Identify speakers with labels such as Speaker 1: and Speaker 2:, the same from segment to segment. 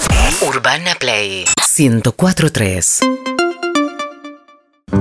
Speaker 1: Play. Urbana Play 104.3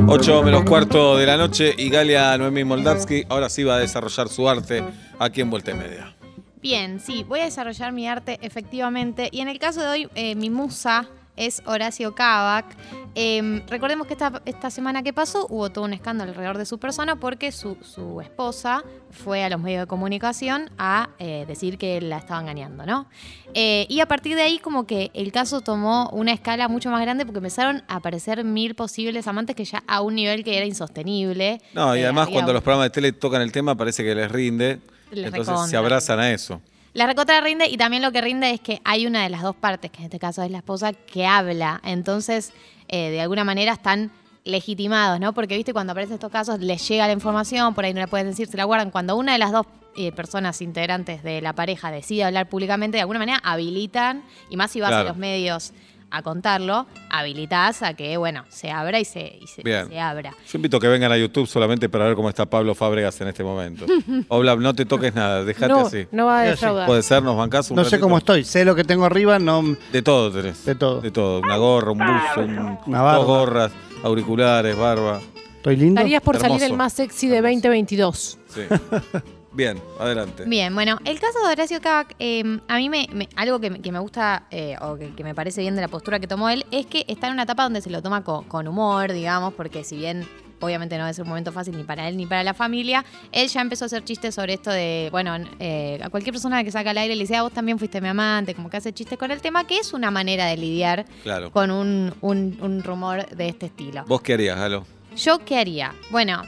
Speaker 2: 8 menos cuarto de la noche y Galia Noemí Moldavsky ahora sí va a desarrollar su arte aquí en Vuelta y Media.
Speaker 3: Bien, sí, voy a desarrollar mi arte efectivamente. Y en el caso de hoy, eh, mi musa es Horacio Kavak. Eh, recordemos que esta, esta semana que pasó hubo todo un escándalo alrededor de su persona porque su, su esposa fue a los medios de comunicación a eh, decir que la estaba engañando, ¿no? Eh, y a partir de ahí como que el caso tomó una escala mucho más grande porque empezaron a aparecer mil posibles amantes que ya a un nivel que era insostenible.
Speaker 2: No, y
Speaker 3: Eh,
Speaker 2: además
Speaker 3: había
Speaker 2: cuando los programas de tele tocan el tema parece que les rinde,
Speaker 3: Les
Speaker 2: entonces se
Speaker 3: recontra.
Speaker 2: abrazan a eso.
Speaker 3: La recotra rinde y también lo que rinde es que hay una de las dos partes, que en este caso es la esposa, que habla. Entonces, eh, de alguna manera están legitimados, ¿no? Porque, viste, cuando aparecen estos casos, les llega la información, por ahí no la pueden decir, se la guardan. Cuando una de las dos eh, personas integrantes de la pareja decide hablar públicamente, de alguna manera habilitan, y más si vas
Speaker 2: Claro.
Speaker 3: a los medios a contarlo, habilitas a que, bueno, se abra y se, y se-
Speaker 2: Bien.
Speaker 3: se abra.
Speaker 2: Yo invito a que vengan a YouTube solamente para ver cómo está Pablo Fábregas en este momento. Oblab, no te toques nada, dejate
Speaker 4: no,
Speaker 2: así.
Speaker 4: no va a
Speaker 5: Sí, sí.
Speaker 4: defraudar.
Speaker 2: Puede ser, nos bancás un
Speaker 5: No sé
Speaker 2: ratito?
Speaker 5: cómo estoy, sé lo que tengo arriba, no
Speaker 2: De todo tenés.
Speaker 5: De todo.
Speaker 2: De todo. Una gorra, un buzo, un-
Speaker 5: Una barba.
Speaker 2: dos gorras, auriculares, barba.
Speaker 5: estoy lindo.
Speaker 4: Estarías por salir
Speaker 2: Hermoso.
Speaker 4: el más sexy de 2022.
Speaker 2: Sí. Bien, adelante.
Speaker 3: Bien, bueno, el caso de Horacio Kavak, eh, a mí me, me- algo que, me- que me gusta eh, o que, que me parece bien de la postura que tomó él es que está en una etapa donde se lo toma co- con humor, digamos, porque si bien obviamente no es un momento fácil ni para él ni para la familia, él ya empezó a hacer chistes sobre esto de, bueno, eh, a cualquier persona que saca al aire le dice, "Ah, vos también fuiste mi amante, como que hace chistes con el tema, que es una manera de lidiar
Speaker 2: Claro.
Speaker 3: con un, un- un rumor de este estilo.
Speaker 2: ¿Vos qué harías, Galo?
Speaker 3: ¿Yo qué haría? Bueno,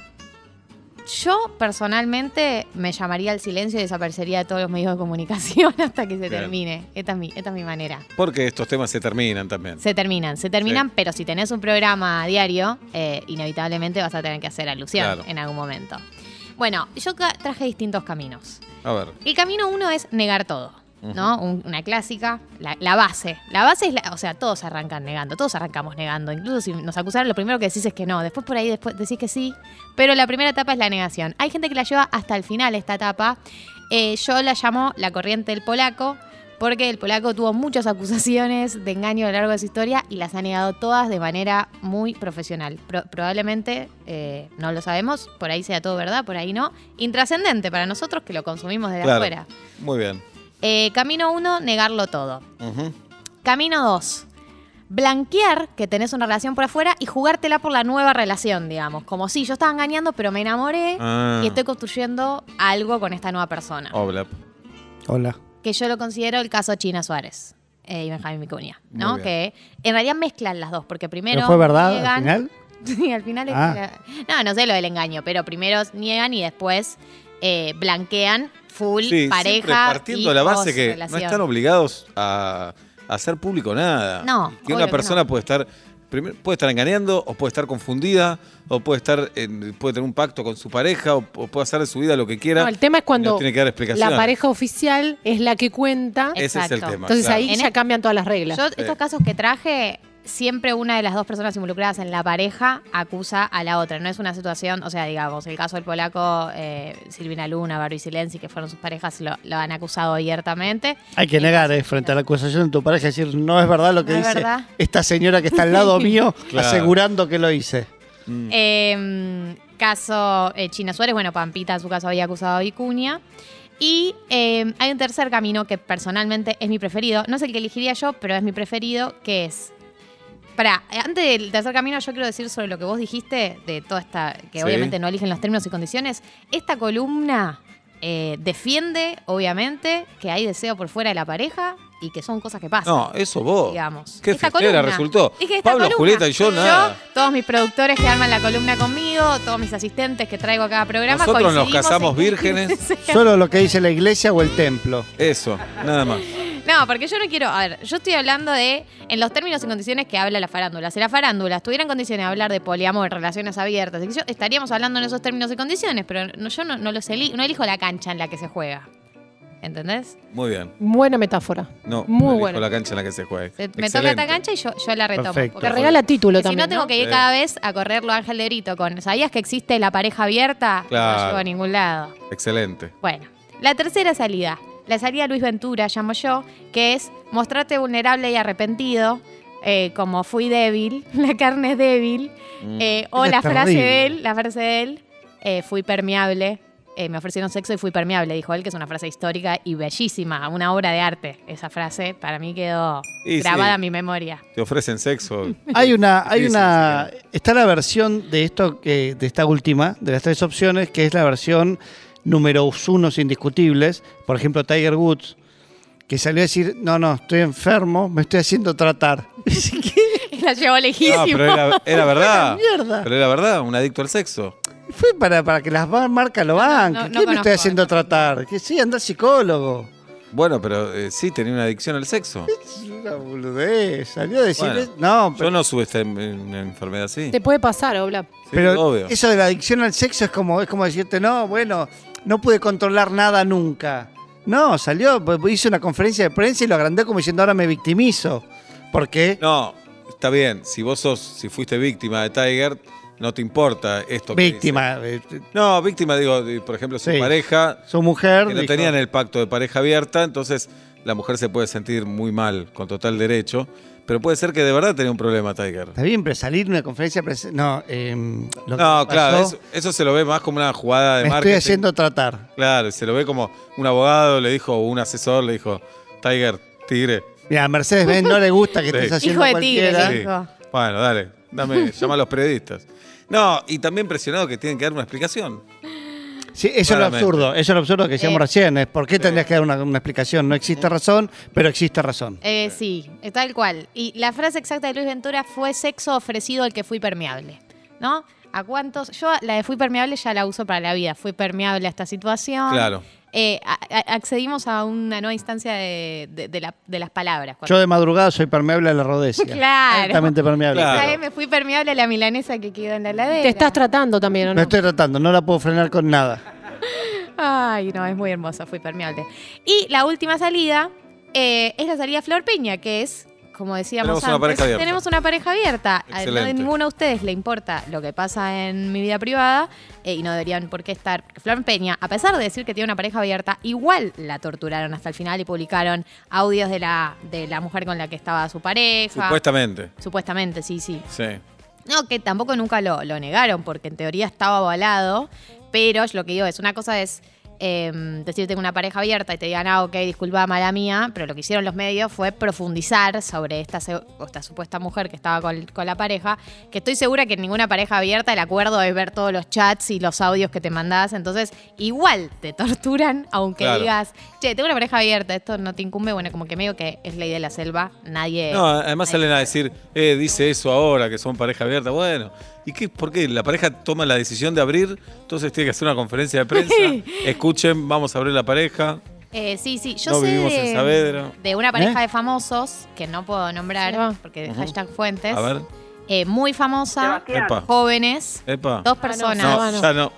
Speaker 3: yo personalmente me llamaría al silencio y desaparecería de todos los medios de comunicación hasta que se
Speaker 2: Bien.
Speaker 3: termine. Esta es, mi, esta es mi manera.
Speaker 2: Porque estos temas se terminan también.
Speaker 3: Se terminan, se terminan,
Speaker 2: Sí.
Speaker 3: pero si tenés un programa diario, eh, inevitablemente vas a tener que hacer alusión
Speaker 2: Claro.
Speaker 3: en algún momento. Bueno, yo ca- traje distintos caminos.
Speaker 2: A ver.
Speaker 3: El camino uno es negar todo, ¿no? Un- una clásica, la, la base. La base es, la- o sea, todos arrancan negando, todos arrancamos negando. Incluso si nos acusaron, lo primero que decís es que no, después por ahí después decís que sí, pero la primera etapa es la negación. Hay gente que la lleva hasta el final esta etapa. Eh, yo la llamo la corriente del polaco. Porque el polaco tuvo muchas acusaciones de engaño a lo largo de su historia y las ha negado todas de manera muy profesional. Pro- probablemente, eh, no lo sabemos, por ahí sea todo verdad, por ahí no. Intrascendente para nosotros que lo consumimos desde
Speaker 2: Claro.
Speaker 3: afuera.
Speaker 2: Muy bien.
Speaker 3: Eh, camino 1, negarlo todo.
Speaker 2: Ujú.
Speaker 3: Camino 2, blanquear que tenés una relación por afuera y jugártela por la nueva relación, digamos. Como si yo estaba engañando, pero me enamoré
Speaker 2: Ah. Oh.
Speaker 3: y estoy construyendo algo con esta nueva persona.
Speaker 2: Oblap.
Speaker 5: Hola.
Speaker 3: Que yo lo considero el caso China Suárez eh, y Benjamín Vicuña, ¿no?
Speaker 2: Muy bien.
Speaker 3: Que en realidad mezclan las dos, porque primero.
Speaker 5: ¿No fue verdad
Speaker 3: niegan-
Speaker 5: al final?
Speaker 3: Sí, al final es
Speaker 5: Ah.
Speaker 3: que la- No, no sé lo del engaño, pero primero niegan y después eh, blanquean full
Speaker 2: Sí, siempre
Speaker 3: pareja.
Speaker 2: partiendo de la base que no
Speaker 3: post-relación.
Speaker 2: están obligados a, a hacer público nada.
Speaker 3: No,
Speaker 2: Y Que
Speaker 3: obvio
Speaker 2: una
Speaker 3: que
Speaker 2: persona
Speaker 3: no.
Speaker 2: puede estar primero, puede estar engañando o puede estar confundida o puede estar en- puede tener un pacto con su pareja o, o puede hacer de su vida lo que quiera.
Speaker 4: No, el tema es
Speaker 2: y
Speaker 4: cuando
Speaker 2: no tiene que dar explicaciones.
Speaker 4: la pareja oficial es la que cuenta.
Speaker 3: Es-
Speaker 2: Ese es el
Speaker 3: Exacto.
Speaker 2: tema.
Speaker 4: Entonces
Speaker 2: claro.
Speaker 4: ahí
Speaker 3: En
Speaker 4: ya
Speaker 3: es-
Speaker 4: cambian todas las reglas.
Speaker 3: Yo, estos casos que traje, siempre una de las dos personas involucradas en la pareja acusa a la otra. No es una situación, o sea, digamos, el caso del polaco, eh, Silvina Luna, Barbie Silenzi, que fueron sus parejas, lo, lo han acusado abiertamente.
Speaker 5: Hay que negar, eh, frente a la acusación de tu pareja, decir, no es verdad lo que
Speaker 3: No es
Speaker 5: dice
Speaker 3: verdad.
Speaker 5: esta señora que está al lado mío,
Speaker 2: Claro.
Speaker 5: asegurando que lo hice.
Speaker 2: Mm.
Speaker 3: Eh, caso eh, China Suárez, bueno, Pampita en su caso había acusado a Vicuña. Y eh, hay un tercer camino que personalmente es mi preferido. No es el que elegiría yo, pero es mi preferido, que es... Pará, eh, antes del tercer camino yo quiero decir sobre lo que vos dijiste, de toda esta, que
Speaker 2: Sí.
Speaker 3: obviamente no eligen los términos y condiciones. Esta columna eh, defiende, obviamente, que hay deseo por fuera de la pareja y que son cosas que pasan.
Speaker 2: No, eso vos.
Speaker 3: digamos.
Speaker 2: Qué
Speaker 3: Esta
Speaker 2: fiestera
Speaker 3: columna.
Speaker 2: resultó.
Speaker 3: Es que esta
Speaker 2: Pablo,
Speaker 3: columna.
Speaker 2: Julieta y yo, nada.
Speaker 3: todos mis productores que arman la columna conmigo, todos mis asistentes que traigo a cada programa.
Speaker 2: Nosotros nos
Speaker 3: coincidimos
Speaker 2: casamos
Speaker 3: en que-
Speaker 2: vírgenes.
Speaker 3: Sí.
Speaker 5: Solo lo que dice la iglesia o el templo.
Speaker 2: Eso, nada más.
Speaker 3: No, porque yo no quiero. A ver, yo estoy hablando de. En los términos y condiciones que habla la farándula. Si la farándula estuviera en condiciones de hablar de poliamor, relaciones abiertas, y qué sé yo, estaríamos hablando en esos términos y condiciones, pero no- yo no, no los eli- no elijo la cancha en la que se juega. ¿Entendés?
Speaker 2: Muy bien.
Speaker 4: Buena metáfora.
Speaker 2: No,
Speaker 4: Muy
Speaker 2: elijo
Speaker 4: buena.
Speaker 2: la cancha en la que se juegue.
Speaker 3: Se- Me toca esta
Speaker 2: Excelente.
Speaker 3: cancha y yo, yo la retomo.
Speaker 5: Perfecto.
Speaker 3: porque
Speaker 4: Te
Speaker 5: Pero
Speaker 4: regala título
Speaker 3: Que si
Speaker 4: también.
Speaker 3: no tengo
Speaker 4: ¿no?
Speaker 3: que ir
Speaker 2: Sí.
Speaker 3: cada vez a correrlo Ángel de Brito con ¿Sabías que existe la pareja abierta?
Speaker 2: Claro.
Speaker 3: No llego a ningún lado.
Speaker 2: Excelente.
Speaker 3: Bueno, la tercera salida, La salida Luis Ventura, llamo yo, que es mostrarte vulnerable y arrepentido, eh, como fui débil, la carne es débil,
Speaker 2: Mm.
Speaker 3: eh, o
Speaker 5: Esa
Speaker 3: la
Speaker 5: es
Speaker 3: frase
Speaker 5: terrible.
Speaker 3: de él, la frase de él, eh, fui permeable, eh, me ofrecieron sexo y fui permeable, dijo él, que es una frase histórica y bellísima, una obra de arte. Esa frase para mí quedó
Speaker 2: Y sí.
Speaker 3: grabada en mi memoria.
Speaker 2: Te ofrecen sexo.
Speaker 5: Hay una, hay
Speaker 2: Sí, sí,
Speaker 5: una, está la versión de esto, que- de esta última, de las tres opciones, que es la versión número unos indiscutibles. Por ejemplo, Tiger Woods, que salió a decir, no, no, estoy enfermo, me estoy haciendo tratar.
Speaker 3: la llevó lejísimo.
Speaker 2: No, pero era, era verdad.
Speaker 5: Mierda.
Speaker 2: Pero era verdad, un adicto al sexo.
Speaker 5: Fue para, para que las bar- marcas lo banquen.
Speaker 3: no, no
Speaker 5: ¿Qué me
Speaker 3: conozco
Speaker 5: estoy haciendo
Speaker 3: eso.
Speaker 5: tratar? Que sí, anda al psicólogo.
Speaker 2: Bueno, pero eh, sí tenía una adicción al sexo.
Speaker 5: Es una boludez. Salió a decir,
Speaker 2: Bueno,
Speaker 5: no,
Speaker 2: Yo
Speaker 5: pero,
Speaker 2: no subestimé una enfermedad así.
Speaker 4: Te puede pasar, Obla.
Speaker 2: Sí,
Speaker 5: pero
Speaker 2: obvio.
Speaker 5: eso de la adicción al sexo es como, es como decirte, no, bueno, no pude controlar nada nunca. No, salió, hizo una conferencia de prensa y lo agrandó como diciendo, ahora me victimizo. Porque
Speaker 2: No, está bien. Si vos sos, si fuiste víctima de Tiger, no te importa esto. que
Speaker 5: víctima, eh,
Speaker 2: dice. No, víctima, digo, de, por ejemplo, su
Speaker 5: Sí.
Speaker 2: pareja,
Speaker 5: su mujer.
Speaker 2: que no
Speaker 5: dijo,
Speaker 2: tenían el pacto de pareja abierta, entonces la mujer se puede sentir muy mal, con total derecho. Pero puede ser que de verdad tenía un problema Tiger.
Speaker 5: Está bien, pero salir en una conferencia de prensa. No, eh, lo que
Speaker 2: No, claro,
Speaker 5: pasó,
Speaker 2: eso, eso se lo ve más como una jugada de
Speaker 5: me
Speaker 2: marketing.
Speaker 5: estoy haciendo tratar.
Speaker 2: Claro, se lo ve como un abogado le dijo, o un asesor le dijo, Tiger, tigre.
Speaker 5: Mira, a Mercedes Benz no le gusta que estés
Speaker 2: Sí.
Speaker 5: haciendo
Speaker 3: Hijo de tigre,
Speaker 5: cualquiera.
Speaker 3: sí.
Speaker 2: Sí.
Speaker 3: Dijo.
Speaker 2: Bueno, dale, dame, llama a los periodistas. No, y también presionado que tienen que dar una explicación.
Speaker 5: Sí, eso
Speaker 2: Claramente.
Speaker 5: es lo absurdo, eso es lo absurdo que decíamos
Speaker 3: Eh.
Speaker 5: recién, es por qué tendrías que dar una, una explicación. No existe razón, pero existe razón.
Speaker 3: Eh, sí, tal cual. Y la frase exacta de Luis Ventura fue sexo ofrecido al que fui permeable. ¿No? ¿A cuántos? Yo la de fui permeable ya la uso para la vida. Fui permeable a esta situación.
Speaker 2: Claro.
Speaker 3: Eh, a- a- accedimos a una nueva instancia de, de- de la- de las palabras.
Speaker 5: Yo de madrugada soy permeable a la rodecia.
Speaker 3: Claro.
Speaker 5: Altamente permeable.
Speaker 2: Claro.
Speaker 3: ¿Sabes? eh, Me fui permeable a la milanesa que quedó en la heladera.
Speaker 4: Te estás tratando también, ¿o
Speaker 5: Me
Speaker 4: no?
Speaker 5: estoy tratando, no la puedo frenar con nada.
Speaker 3: Ay, no, es muy hermoso, fui permeable. Y la última salida eh, es la salida Flor Piña, que es, como decíamos
Speaker 2: Tenemos una
Speaker 3: antes,
Speaker 2: pareja abierta.
Speaker 3: tenemos una pareja abierta. A no de
Speaker 2: Excelente.
Speaker 3: ninguno de ustedes le importa lo que pasa en mi vida privada eh, y no deberían por qué estar. Porque Flor Peña, a pesar de decir que tiene una pareja abierta, igual la torturaron hasta el final y publicaron audios de la, de la mujer con la que estaba su pareja.
Speaker 2: Supuestamente.
Speaker 3: Supuestamente, sí, sí.
Speaker 2: Sí.
Speaker 3: No, que tampoco nunca lo, lo negaron, porque en teoría estaba avalado, pero yo lo que digo es, una cosa es eh, decir tengo una pareja abierta y te digan, ah, ok, disculpa, mala mía, pero lo que hicieron los medios fue profundizar sobre esta, se- o esta supuesta mujer que estaba con, con la pareja, que estoy segura que en ninguna pareja abierta el acuerdo es ver todos los chats y los audios que te mandás, entonces igual te torturan, aunque
Speaker 2: Claro.
Speaker 3: digas, che, tengo una pareja abierta, esto no te incumbe, bueno, como que medio que es ley de la selva, nadie...
Speaker 2: No, además
Speaker 3: nadie-
Speaker 2: salen a decir, eh, dice eso ahora, que son pareja abierta. Bueno, ¿y qué? ¿Por qué? La pareja toma la decisión de abrir, entonces tiene que hacer una conferencia de prensa. Escuchen, vamos a abrir la pareja.
Speaker 3: Eh, sí, sí, yo
Speaker 2: No
Speaker 3: sé
Speaker 2: vivimos
Speaker 3: de,
Speaker 2: en Saavedra.
Speaker 3: de una pareja
Speaker 5: ¿Eh?
Speaker 3: de famosos que no puedo nombrar
Speaker 4: Se va.
Speaker 3: porque
Speaker 2: Ujú.
Speaker 3: hashtag fuentes,
Speaker 2: A ver,
Speaker 3: eh, muy famosa,
Speaker 2: epa,
Speaker 3: jóvenes,
Speaker 2: epa.
Speaker 3: dos
Speaker 2: No,
Speaker 3: personas,
Speaker 2: ya no.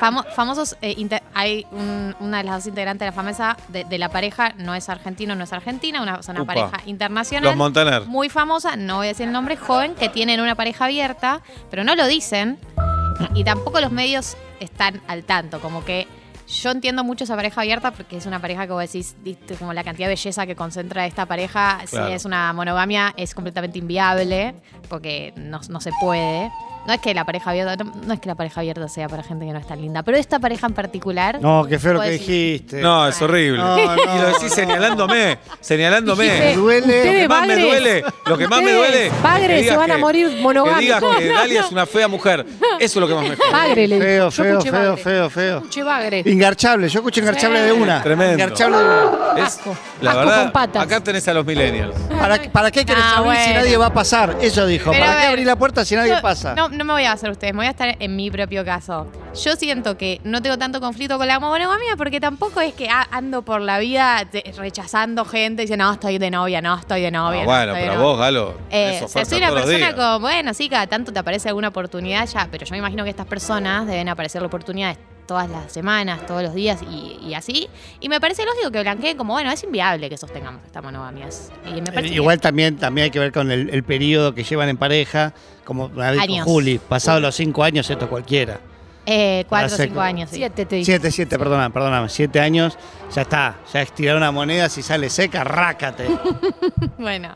Speaker 3: famo- famosos, eh, inter- hay un- una de las dos integrantes de la famosa de, de la pareja, no es argentino, no es argentina, una, es una
Speaker 2: Upa.
Speaker 3: pareja internacional.
Speaker 2: Los Montaner.
Speaker 3: muy famosa, no voy a decir el nombre, joven, que tienen una pareja abierta, pero no lo dicen y tampoco los medios están al tanto. Como que yo entiendo mucho esa pareja abierta porque es una pareja que vos decís, viste, como la cantidad de belleza que concentra esta pareja,
Speaker 2: Claro.
Speaker 3: si es una monogamia es completamente inviable porque no, no se puede. No es que la pareja abierta, no, no es que la pareja abierta sea para gente que no es tan linda, pero esta pareja en particular.
Speaker 5: No, qué feo lo que
Speaker 3: Puedes-
Speaker 5: dijiste.
Speaker 2: No, es horrible.
Speaker 5: No, no,
Speaker 2: y lo decís
Speaker 5: no.
Speaker 2: señalándome, señalándome.
Speaker 4: Dijiste,
Speaker 5: Me duele.
Speaker 2: Lo
Speaker 4: ustedes
Speaker 2: que más me
Speaker 4: bagres,
Speaker 2: duele, lo que más me duele.
Speaker 4: ustedes bagres,
Speaker 2: que digas
Speaker 4: se van a
Speaker 2: que-
Speaker 4: morir
Speaker 2: Que digas
Speaker 4: monogámicos.
Speaker 2: que Dalia es una fea mujer. Eso es lo que más me jode.
Speaker 4: Bagre, le digo. Yo
Speaker 5: Feo, feo,
Speaker 4: escuché
Speaker 5: feo,
Speaker 4: bagre.
Speaker 5: feo, feo.
Speaker 4: Escuché bagre.
Speaker 5: Engarchable, yo escucho engarchable de una.
Speaker 2: Tremendo.
Speaker 5: Engarchable de una.
Speaker 2: Es-
Speaker 4: Asco.
Speaker 2: la
Speaker 4: Asco
Speaker 2: verdad,
Speaker 4: con patas.
Speaker 2: acá tenés a los millennials.
Speaker 5: ¿Para, para qué querés
Speaker 3: Ah,
Speaker 5: abrir si
Speaker 3: bueno.
Speaker 5: nadie va a pasar? Eso dijo.
Speaker 3: Pero a
Speaker 5: ¿Para qué
Speaker 3: ver,
Speaker 5: abrir la puerta si nadie
Speaker 3: no,
Speaker 5: pasa?
Speaker 3: No, no me voy a hacer ustedes, me voy a estar en mi propio caso. Yo siento que no tengo tanto conflicto con la monogamia porque tampoco es que ah, ando por la vida te- rechazando gente y diciendo, no, estoy de novia, no, estoy de novia.
Speaker 2: Ah,
Speaker 3: no
Speaker 2: bueno,
Speaker 3: estoy de
Speaker 2: pero
Speaker 3: novia".
Speaker 2: vos, Galo,
Speaker 3: Eh,
Speaker 2: tenés
Speaker 3: o sea,
Speaker 2: oferta
Speaker 3: soy una
Speaker 2: todos los
Speaker 3: persona
Speaker 2: días.
Speaker 3: como, bueno, sí, cada tanto te aparece alguna oportunidad ya, pero yo me imagino que estas personas deben aparecer oportunidades todas las semanas, todos los días y, y así. Y me parece lógico que blanqueen como, bueno, es inviable que sostengamos esta monogamia. Y me
Speaker 5: Eh,
Speaker 3: parece que-
Speaker 5: Igual también, también hay que ver con el, el periodo que llevan en pareja. Como me ha dicho
Speaker 3: Años.
Speaker 5: Juli, pasado los cinco años, esto cualquiera.
Speaker 3: Eh, cuatro o
Speaker 5: Hace
Speaker 3: cinco
Speaker 5: cu-
Speaker 3: años. sí.
Speaker 4: Siete te dije.
Speaker 5: Siete, siete, perdóname, perdóname. Siete años, ya está. Ya es tirar una moneda, si sale seca, rácate.
Speaker 3: Bueno,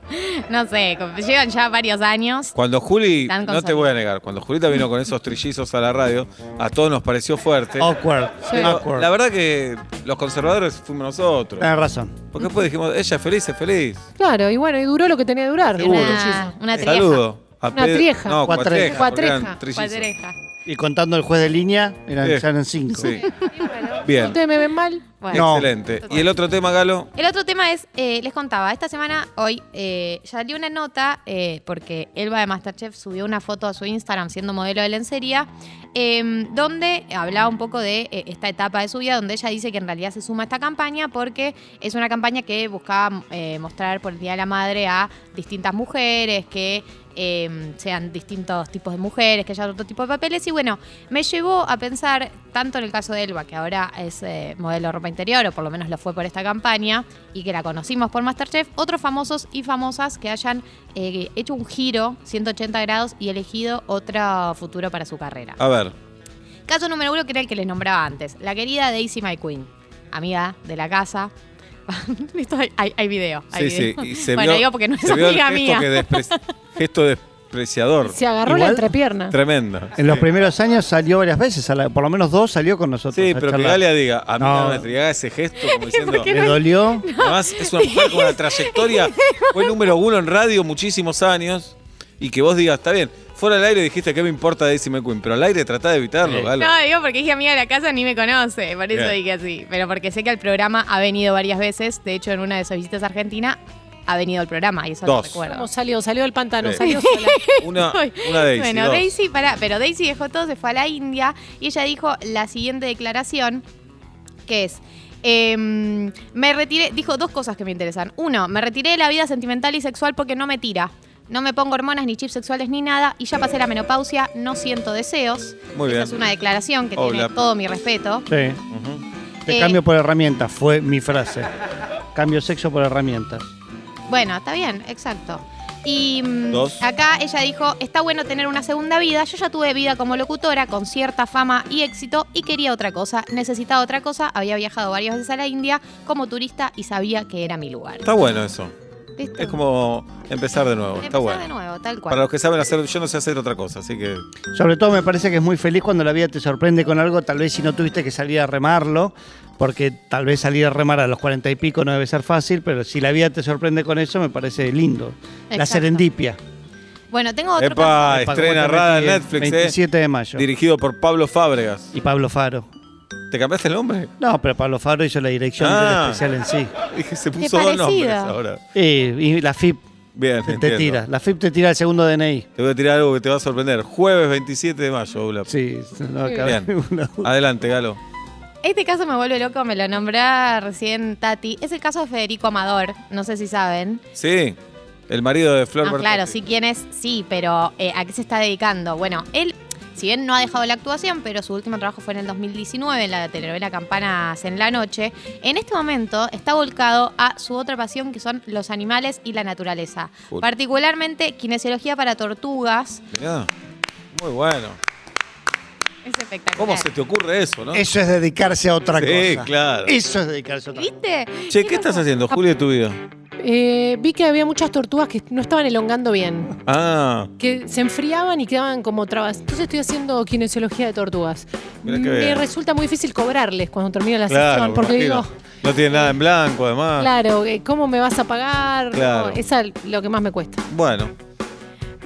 Speaker 3: no sé, como- llevan ya varios años.
Speaker 2: Cuando Juli,
Speaker 3: Tan
Speaker 2: no te voy a negar, cuando Julita vino con esos trillizos a la radio, a todos nos pareció fuerte.
Speaker 5: Awkward,
Speaker 2: Pero
Speaker 5: awkward.
Speaker 2: la verdad que los conservadores fuimos nosotros.
Speaker 5: Tenés razón.
Speaker 2: Porque después dijimos, ella es feliz, es feliz.
Speaker 4: Claro, y bueno, y duró lo que tenía que durar.
Speaker 5: Seguro.
Speaker 4: el
Speaker 3: Una,
Speaker 4: trillizo.
Speaker 3: una Ah, trieja.
Speaker 2: Eh, Saludo. A
Speaker 4: Una
Speaker 2: Pedro-
Speaker 4: trieja.
Speaker 2: No, cuatreja.
Speaker 5: Cuatreja.
Speaker 2: porque eran
Speaker 4: Cuatreja.
Speaker 2: trillizos.
Speaker 3: Cuatreja.
Speaker 5: Y contando el juez de línea, eran,
Speaker 2: Sí.
Speaker 5: ya eran cinco.
Speaker 2: Sí. Bien.
Speaker 4: ¿Ustedes me ven mal?
Speaker 3: Bueno.
Speaker 5: No.
Speaker 2: Excelente. Y el otro tema, Galo,
Speaker 3: El otro tema es, eh, les contaba, esta semana hoy eh, salió una nota eh, porque Elba de Masterchef subió una foto a su Instagram siendo modelo de lencería, eh, donde hablaba un poco de eh, esta etapa de su vida, donde ella dice que en realidad se suma a esta campaña porque es una campaña que buscaba eh, mostrar por el Día de la Madre a distintas mujeres, que eh, sean distintos tipos de mujeres, que haya otro tipo de papeles. Y bueno, me llevó a pensar, tanto en el caso de Elba, que ahora es eh, modelo de ropa interior, o por lo menos lo fue por esta campaña, y que la conocimos por Masterchef, otros famosos y famosas que hayan eh, hecho un giro 180 grados y elegido otro futuro para su carrera.
Speaker 2: a ver,
Speaker 3: Caso número uno, que era el que les nombraba antes. La querida Daisy McQueen, amiga de la casa. Listo, hay, hay- hay video. hay
Speaker 2: sí, sí,
Speaker 3: video.
Speaker 2: y se
Speaker 3: bueno,
Speaker 2: vio,
Speaker 3: digo porque no es
Speaker 2: se vio el gesto,
Speaker 3: amiga mía.
Speaker 2: que despre- gesto despreciador,
Speaker 4: Se agarró la
Speaker 5: Igual-
Speaker 4: entrepierna.
Speaker 2: tremendo.
Speaker 5: En los primeros años salió varias veces, a la- por lo menos dos salió con nosotros.
Speaker 2: Sí,
Speaker 5: a
Speaker 2: pero que
Speaker 5: charlar.
Speaker 2: Galia diga, a mí no,
Speaker 5: No.
Speaker 2: me intrigaba ese gesto como diciendo,
Speaker 5: ¿Le dolió?
Speaker 2: además es una mujer con una trayectoria, fue número uno en radio muchísimos años, y que vos digas, está bien, fuera del aire dijiste que me importa Daisy McQueen, pero al aire tratá de evitarlo,
Speaker 5: Sí.
Speaker 2: Galo.
Speaker 3: No, digo porque dije amiga de la casa ni me conoce, por eso
Speaker 2: Bien.
Speaker 3: dije así. Pero porque sé que al programa ha venido varias veces, de hecho en una de sus visitas a Argentina ha venido el programa y eso lo
Speaker 2: Dos.
Speaker 3: recuerdo.
Speaker 4: ¿Cómo salió? Salió del pantano,
Speaker 2: Sí.
Speaker 4: salió sola.
Speaker 2: Una, una Daisy,
Speaker 3: bueno,
Speaker 2: dos.
Speaker 3: Daisy, pará, pero Daisy dejó todo, se fue a la India y ella dijo la siguiente declaración, que es, em, me retiré, dijo dos cosas que me interesan. Uno, me retiré de la vida sentimental y sexual porque no me tira. No me pongo hormonas ni chips sexuales ni nada y ya pasé la menopausia, no siento deseos.
Speaker 2: Muy
Speaker 3: Esa
Speaker 2: bien.
Speaker 3: es una declaración que
Speaker 2: Hola.
Speaker 3: tiene todo mi respeto.
Speaker 5: Sí. Te
Speaker 3: Eh.
Speaker 5: cambio por herramientas, fue mi frase. Cambio sexo por herramientas.
Speaker 3: Bueno, está bien, exacto. Y mm,
Speaker 2: Dos.
Speaker 3: acá ella dijo, está bueno tener una segunda vida, yo ya tuve vida como locutora con cierta fama y éxito y quería otra cosa, necesitaba otra cosa, había viajado varias veces a la India como turista y sabía que era mi lugar.
Speaker 2: Está bueno eso.
Speaker 3: ¿Listo?
Speaker 2: Es como empezar de nuevo, está
Speaker 3: Empezar
Speaker 2: bueno.
Speaker 3: de nuevo, tal cual.
Speaker 2: Para los que saben hacer, yo no sé hacer otra cosa, así que
Speaker 5: Sobre todo me parece que es muy feliz cuando la vida te sorprende con algo, tal vez si no tuviste que salir a remarlo, porque tal vez salir a remar a los cuarenta y pico no debe ser fácil, pero si la vida te sorprende con eso me parece lindo. La
Speaker 3: Exacto.
Speaker 5: serendipia.
Speaker 3: Bueno, tengo otro... caso.
Speaker 2: Epa, estrena Rada en Netflix, eh.
Speaker 5: 27 de mayo.
Speaker 2: Dirigido por Pablo Fábregas.
Speaker 5: Y Pablo Faro.
Speaker 2: ¿Te cambiaste el nombre?
Speaker 5: No, pero Pablo Faro hizo la dirección del
Speaker 2: Ah.
Speaker 5: especial en sí.
Speaker 2: Dije, se
Speaker 3: Qué
Speaker 2: puso dos
Speaker 3: parecido.
Speaker 2: nombres ahora.
Speaker 5: Y, y la FIP
Speaker 2: Bien,
Speaker 5: te,
Speaker 2: entiendo.
Speaker 5: tira. La FIP te tira el segundo DNI.
Speaker 2: Te voy a tirar algo que te va a sorprender. Jueves 27 de mayo, Oblap.
Speaker 5: Sí, no acaba
Speaker 2: Bien. Adelante, Galo.
Speaker 3: Este caso me vuelve loco, me lo nombra recién Tati. Es el caso de Federico Amador, no sé si saben.
Speaker 2: Sí, el marido de Flor
Speaker 3: Ah,
Speaker 2: Bertotti.
Speaker 3: claro, sí, quién es, sí, pero eh, ¿a qué se está dedicando? Bueno, él, si bien no ha dejado la actuación, pero su último trabajo fue en el 2019, en la telenovela Campanas en la Noche. En este momento está volcado a su otra pasión, que son los animales y la naturaleza.
Speaker 2: Uy.
Speaker 3: Particularmente, kinesiología para tortugas.
Speaker 2: Mirá, Muy bueno.
Speaker 3: Es espectacular.
Speaker 2: ¿Cómo se te ocurre eso, no?
Speaker 5: Eso es dedicarse a otra
Speaker 2: sí,
Speaker 5: cosa.
Speaker 2: claro.
Speaker 5: Eso es dedicarse a otra cosa.
Speaker 3: ¿Viste?
Speaker 2: Che, ¿qué estás haciendo, Julio, de tu vida?
Speaker 4: Eh, vi que había muchas tortugas que no estaban elongando bien.
Speaker 2: Ah,
Speaker 4: Que se enfriaban y quedaban como trabas. Entonces estoy haciendo kinesiología de tortugas.
Speaker 2: Mirá qué
Speaker 4: Me
Speaker 2: bien.
Speaker 4: resulta muy difícil cobrarles cuando termino la
Speaker 2: claro.
Speaker 4: sesión. Porque
Speaker 2: me
Speaker 4: digo,
Speaker 2: imagino. No tiene nada en blanco, además.
Speaker 4: claro, eh, ¿cómo me vas a pagar?
Speaker 2: Claro.
Speaker 4: No, esa es lo que más me cuesta.
Speaker 2: Bueno,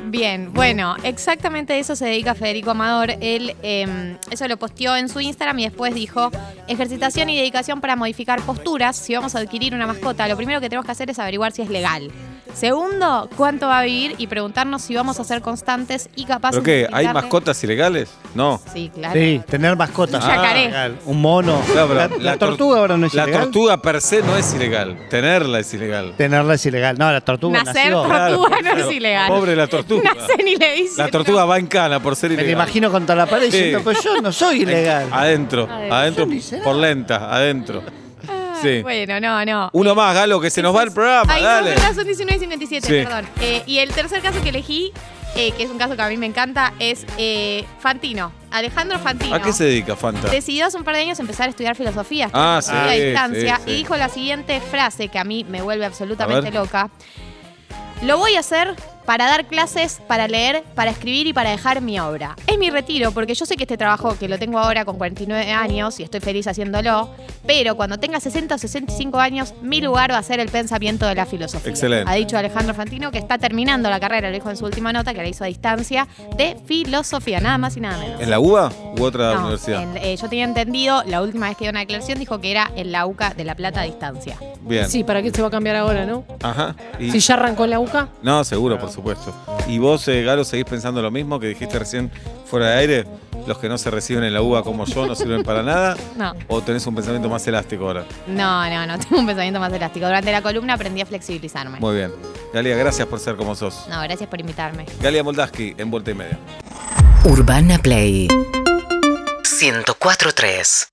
Speaker 3: Bien, bueno, exactamente a eso se dedica Federico Amador. Él eh, eso lo posteó en su Instagram y después dijo, ejercitación y dedicación para modificar posturas. Si vamos a adquirir una mascota, lo primero que tenemos que hacer es averiguar si es legal. Segundo, cuánto va a vivir y preguntarnos si vamos a ser constantes y capaces
Speaker 2: ¿pero qué?
Speaker 3: de
Speaker 2: ¿Hay
Speaker 3: explicarle-
Speaker 2: mascotas ilegales? No.
Speaker 3: Sí, claro.
Speaker 5: Sí, tener mascotas.
Speaker 3: Un yacaré.
Speaker 5: Legal. Un mono.
Speaker 2: Claro, Ah. pero
Speaker 5: la, la
Speaker 2: tor-
Speaker 5: tortuga ahora no es
Speaker 2: La
Speaker 5: ilegal.
Speaker 2: tortuga per se no es ilegal. Tenerla es ilegal.
Speaker 5: Tenerla es ilegal. No, la tortuga
Speaker 3: Nacer
Speaker 5: nació.
Speaker 3: tortuga. no es ilegal.
Speaker 2: Pobre la tortuga.
Speaker 3: Nacen y le dicen...
Speaker 2: La tortuga va en cana por ser
Speaker 5: Me
Speaker 2: ilegal.
Speaker 5: la imagino contra la pared diciendo,
Speaker 2: Sí.
Speaker 5: pues yo no soy ilegal.
Speaker 2: Adentro,
Speaker 4: Adentro.
Speaker 2: adentro,
Speaker 5: Yo ni será.
Speaker 2: por lenta, adentro.
Speaker 3: Ah,
Speaker 2: Sí.
Speaker 3: Bueno, no, no.
Speaker 2: Uno más, Galo, que se nos va el programa,
Speaker 3: Ay, no,
Speaker 2: dale.
Speaker 3: verdad, son 19 y 57,
Speaker 2: Sí.
Speaker 3: perdón. Eh, y el tercer caso que elegí, eh, que es un caso que a mí me encanta, es eh, Fantino. Alejandro Fantino.
Speaker 2: ¿A qué se dedica Fanta?
Speaker 3: Decidió hace un par de años empezar a estudiar filosofía,
Speaker 2: Ah,
Speaker 3: estudió a
Speaker 2: sí,
Speaker 3: distancia,
Speaker 2: sí, sí.
Speaker 3: y dijo la siguiente frase que a mí me vuelve
Speaker 2: A
Speaker 3: absolutamente
Speaker 2: ver.
Speaker 3: loca. Lo voy a hacer para dar clases, para leer, para escribir y para dejar mi obra. Es mi retiro, porque yo sé que este trabajo que lo tengo ahora con 49 años y estoy feliz haciéndolo, pero cuando tenga 60 o 65 años, mi lugar va a ser el pensamiento de la filosofía.
Speaker 2: Excelente.
Speaker 3: Ha dicho Alejandro Fantino que está terminando la carrera, lo dijo en su última nota, que la hizo a distancia, de filosofía, nada más y nada menos.
Speaker 2: ¿En la UBA u otra
Speaker 3: No,
Speaker 2: universidad?
Speaker 3: en- eh, yo tenía entendido, la última vez que dio una declaración dijo que era en la UCA de La Plata a distancia.
Speaker 2: Bien.
Speaker 4: Sí, ¿para qué se va a cambiar ahora, no?
Speaker 2: Ajá. Y-
Speaker 4: Si ya arrancó en la UCA.
Speaker 2: No, seguro, por supuesto. ¿Y vos, eh, Galo, seguís pensando lo mismo que dijiste recién fuera de aire? ¿Los que no se reciben en la UBA como yo no sirven para nada?
Speaker 3: No,
Speaker 2: ¿O tenés un pensamiento más elástico ahora?
Speaker 3: no, no, no, tengo un pensamiento más elástico. Durante la columna aprendí a flexibilizarme.
Speaker 2: Muy bien. Galia, gracias por ser como sos.
Speaker 3: No, gracias por invitarme.
Speaker 2: Galia Moldaski, en Vuelta y Media.
Speaker 1: Urbana Play 104.3